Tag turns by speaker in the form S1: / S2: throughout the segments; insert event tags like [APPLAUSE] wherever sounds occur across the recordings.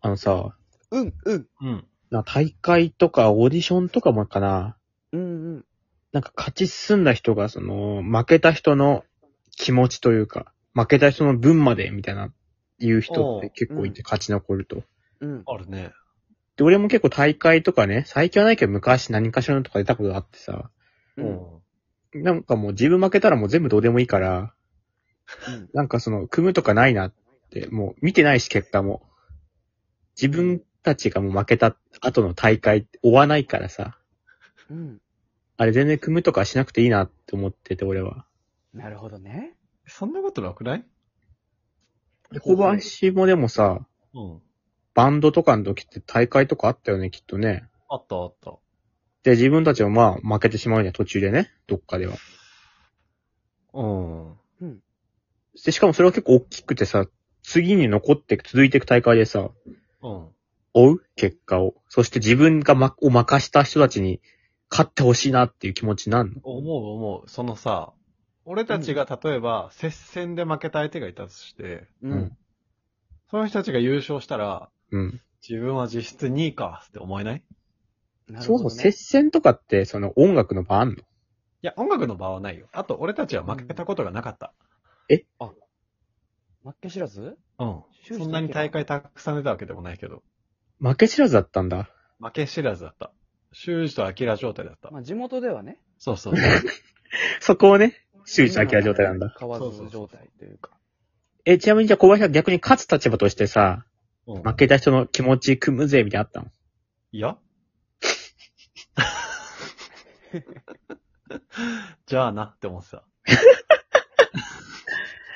S1: あのさ、
S2: うん、うん。
S3: うん。
S1: な大会とかオーディションとかもかな、
S2: うん、うん。
S1: なんか勝ち進んだ人が、その、負けた人の気持ちというか、負けた人の分まで、みたいな、言う人って結構いて勝ち残ると。
S2: うん。
S3: あるね。
S1: で、俺も結構大会とかね、最近はないけど昔何かしらのとか出たことがあってさ、
S2: う。
S3: うんん。
S1: なんかもう自分負けたらもう全部どうでもいいから、なんかその、組むとかないなって、もう見てないし、結果も。自分たちがもう負けた後の大会って追わないからさ、
S2: うん。
S1: あれ全然組むとかしなくていいなって思ってて、俺は。
S2: なるほどね。
S3: そんなことなくない
S1: 小林もでもさ、
S3: うん。
S1: バンドとかの時って大会とかあったよね、きっとね。
S3: あったあった。
S1: で、自分たちもまあ負けてしまうには途中でね、どっかでは。
S3: うん。
S1: で、しかもそれは結構大きくてさ、次に残ってく、続いていく大会でさ、
S3: うん。
S1: 追う結果を。そして自分がま、を任した人たちに勝ってほしいなっていう気持ちなんの
S3: 思う思う。そのさ、俺たちが例えば、接戦で負けた相手がいたとして、
S1: う
S2: う
S1: んん。
S3: その人たちが優勝したら、
S1: うん。
S3: 自分は実質2位かって思えないい
S2: なる
S1: そも
S2: ほ
S1: そ
S2: ど
S1: も
S2: ね
S1: 接。戦とかって、その音楽の場あんの
S3: や、音楽の場はないよ。あと、俺たちは負けたことがなかった。
S2: 負け知らず
S3: うん。そんなに大。会たくさん出たわけでもないけど、
S1: 負け知らずだったんだ。
S3: 負け知らずだった。修士とアキラ状態だった。
S2: まあ、地元ではね。
S3: そうそうそう。
S1: そこをね、周知明ら状態なんだ。
S2: 変わら
S3: そうそうそ
S2: ず
S3: う
S2: 状態というか。
S1: え、ちなみにじゃあ小林は逆に勝つ立場としてさ、
S3: うん
S1: 負けた人の気持ち組むぜ、みたいなのあったの
S3: いやじゃあなって思ってた。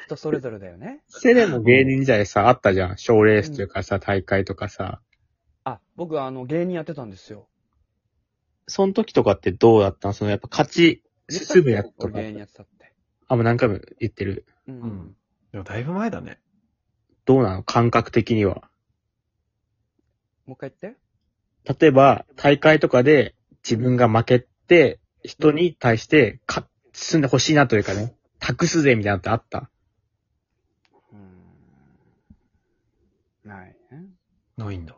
S2: 人それぞれだよね。
S1: セレも芸人時代さ、あったじゃん。賞レースというかさ、大会とかさ。
S2: あ、僕、あの、芸人やってたんですよ。
S1: その時とかってどうだったのそのやっぱ勝ち進むやつと
S2: 俺
S1: か。
S2: 芸人やってたって。
S1: あ、もう何回も言ってる。
S2: う
S3: うんん。。でもだいぶ前だね。
S1: どうなの感覚的には。
S2: もう一回言って。
S1: 例えば、大会とかで自分が負けて、人に対して勝ち進んでほしいなというかね、託すぜみたいなのってあった
S2: うん。ないね。
S3: ないんだ。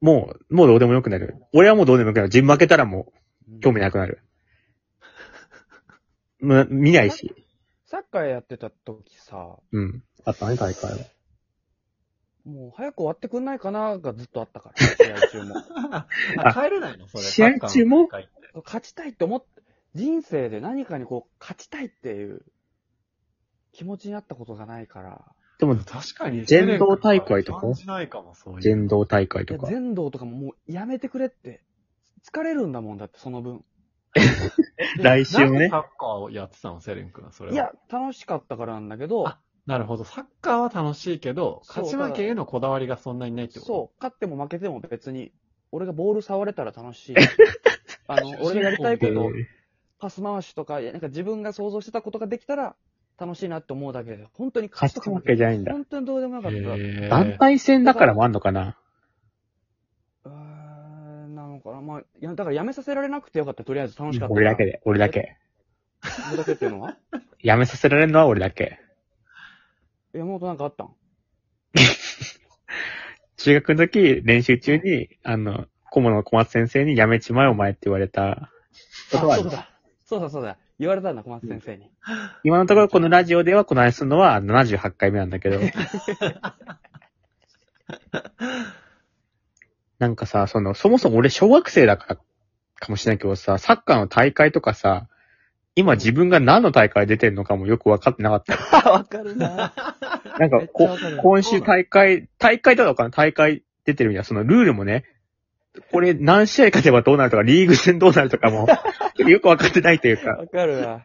S1: もう、もうどうでもよくなる。俺はもうどうでもよくなる。自分負けたらも
S2: うん
S1: う興味なくなる。 [LAUGHS] む見ないし。
S2: サッカーやってた時さ、
S1: うん。あったね、大会は。
S2: もう早く終わってくんないかながずっとあったから、試合中も。
S3: あ
S1: あ
S3: 帰れないのそれ。
S1: 試合中も
S3: サッカーの大会って
S2: 勝ちたいって思って、人生で何かにこう、勝ちたいっていう気持ちになったことがないから、
S1: でも、
S3: 確かに。
S1: 全道大会とか
S3: 感じないかも、そういう。
S1: 全道大会
S2: い
S1: と
S2: や
S1: か。
S2: 全道とかももうやめてくれって、疲れるんだもんだって、その分。
S1: 来週も
S3: なんで
S1: ね
S3: サ。ッカーをやってたの、セレン君は。それは。
S2: いや、楽しかったからなんだけど、
S3: あなるほど。サッカーは楽しいけど、
S2: そう
S3: 勝ち負けへのこだわりがそんなにないってこと
S2: そう、勝っても負けても別に、俺がボール触れたら楽し
S1: [LAUGHS]
S2: い。あの、俺がやりたいこ
S1: え
S2: と
S1: ー、
S2: パス回しとか、なんか自分が想像してたことができたら、楽しいなって思うだけで、本当に勝ちとか
S1: 勝ち負けじゃないんだ
S2: 本当にどうでもよかった。
S3: へー
S1: 団体戦だからもあんのかな
S2: うーんなのかな。まあ、いや、だからやめさせられなくてよかった。とりあえず楽しかった。
S1: 俺だけ。で、俺だけ。
S2: 俺だけっていうのは [LAUGHS]
S1: やめさせられるのは俺だけ。
S2: 山本なんかあったん
S1: 中学の時、練習中に、あの、顧問の小松先生にやめちまえお前って言われたことはあ
S2: あ、そ
S1: る
S2: うだ。そうだそうだ。言われたんだ、小松先生に。
S1: 今のところこのラジオではこの話するのは78回目なんだ
S2: [LAUGHS]
S1: けど。なんかさ、その、そもそも俺小学生だからかもしれないけどさ、サッカーの大会とかさ、今自分が何の大会出てんのかもよく分かってなかった。
S2: [LAUGHS] あ、わかるな。
S1: なんか
S2: めっちゃ
S1: こ
S2: わかる、
S1: 今週大会、大会だのかな大会出てるみたいな、そのルールもね、これ何試合勝てばどうなるとか、リーグ戦どうなるとかも、よく分かってないという
S2: [LAUGHS]
S1: か。
S2: わかるわ。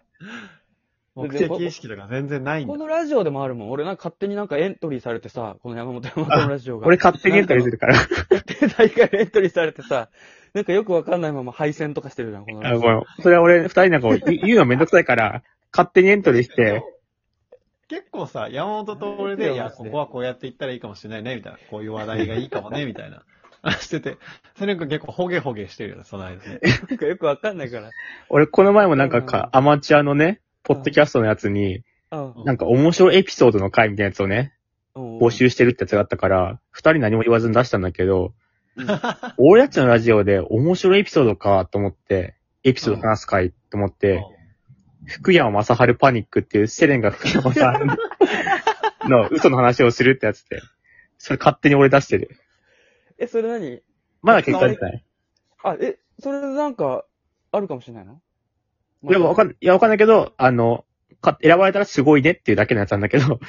S3: 目的意識とか全然ないんだ
S2: こ。のラジオでもあるもん。俺なんか勝手になんかエントリーされてさ、この山本山本のラジオが。
S1: 俺勝手にエントリーするから。
S2: 大会エントリーされてさ、なんかよくわかんないまま配線とかしてるじゃん、この
S1: あ
S2: ラジ
S1: ご
S2: オ。
S1: めん。それは俺、二人なんか
S2: [LAUGHS]
S1: 言う言うのめんどくさいから、勝手にエントリーして、
S3: 結構さ、山本と俺で、いや、ここはこうやっていったらいいかもしれないね、みたいな。こういう話題がいいかもね、みた
S1: [LAUGHS]
S3: いな。してて、セレン君結構ホゲホゲしてるよね、その間ね。
S2: なんかよくわかんないから。
S1: 俺この前もなんかか、
S2: う
S1: アマチュアのね、ポッドキャストのやつに、
S2: うん。
S1: なんか面白いエピソードの回みたいなやつをね、
S2: うん
S1: 募集してるってやつがあったから、二人何も言わずに出したんだけど、
S2: うん
S1: 俺たちのラジオで面白いエピソードかと思って、エピソード話す会と思って、福山雅治パニックっていうセレンが福山さ
S2: [LAUGHS]
S1: んの嘘の話をするってやつで、それ勝手に俺出してる。
S2: え、それ何
S1: まだ結果出てない。
S2: あ、え、それなんか、あるかもしれないの
S1: いや、わかん、いや、わかんないけど、あの、か、選ばれたらすごいねっていうだけのやつなんだけど、
S2: そう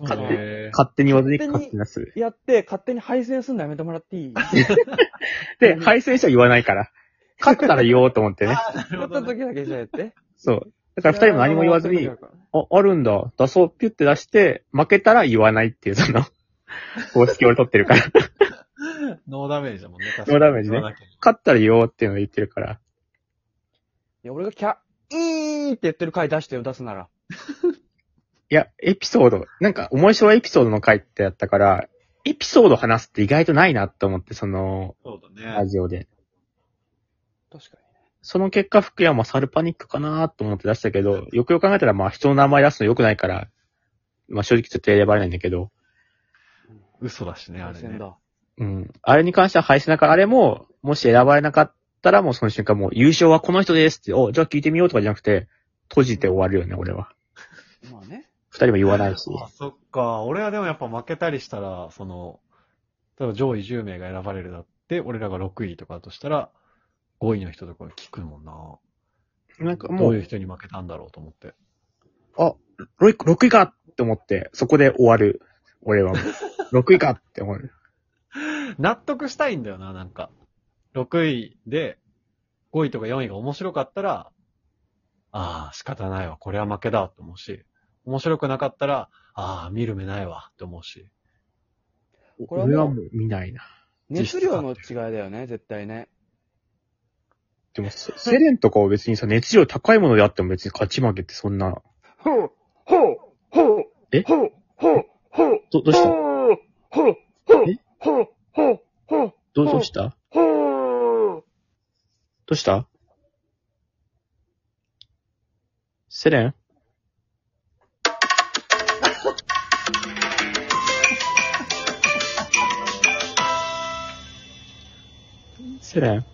S1: 勝手
S3: え
S1: 勝手に言わずに
S2: 勝手に
S1: 勝手に出す。
S2: やって、勝手に配線すんのやめてもらっていい
S1: で、敗戦者言わないから。勝ったら言おうと思ってね。
S3: ー、なる
S2: や
S3: ほ
S2: った
S3: どね。
S2: 時だけじゃやって。
S1: そう。だから二人も何も言わずに、あ、あるんだ。出そう、ピュって出して、負けたら言わないっていう、その、 [LAUGHS] 公式俺取ってるから。勝
S3: ノーダメージだもんね、確
S1: ノーダメージね
S3: 言わなきゃ
S1: ったら言おうっていうのを言ってるから。
S2: いや、俺がキャ、イーンって言ってる回出してよ、出すなら。
S1: いや、エピソード、なんか面白いエピソードの回ってやったから、エピソード話すって意外とないなと思って、その、
S3: そうだ
S1: ラ
S3: ね。
S1: ジオで。
S2: 確か
S1: その結果、福山サルパニックかなと思って出したけど、よくよく考えたら、まあ人の名前出すの良くないから、まあ正直ちょっと選ばれないんだけど、
S3: 嘘だしね、
S2: に。
S3: あれね。
S2: だ。
S1: うん。あれに関しては配信だから、あれも、もし選ばれなかったら、もうその瞬間もう優勝はこの人ですって、お、じゃあ聞いてみようとかじゃなくて、閉じて終わるよね、俺は。
S2: まあね。
S1: 二人も言わないし。
S3: あ、そっか。俺はでもやっぱ負けたりしたら、その、例えば上位10名が選ばれるだって、俺らが6位とかだとしたら、5位の人とか聞くもんな。
S1: なんか
S3: ど
S1: も
S3: ういう
S1: う、
S3: 人に負けたんだろうと思って。
S1: 6位6位かって思って、そこで終わる。俺はもう。6位か [LAUGHS] って思う。
S3: 納得したいんだよな、なんか。6位で、5位とか4位が面白かったら、ああ、仕方ないわ、これは負けだって思うし、面白くなかったら、ああ、見る目ないわって思うし。
S2: これはもう
S1: 俺はもう見ないな。
S2: 熱量の違いだよね、絶対ね。
S1: でも、セセレンとかは別にさ、熱量高いものであっても別に勝ち負けってそんな。
S2: ほう、ほう、ほう、
S1: え
S2: ほう、ほう、ほう、
S1: ど、どうした
S2: ほう、ほう、ほう
S1: え、
S2: ほう、ほう、ほう、
S1: ど、どうした
S2: ほう。
S1: どうしたセレンセレン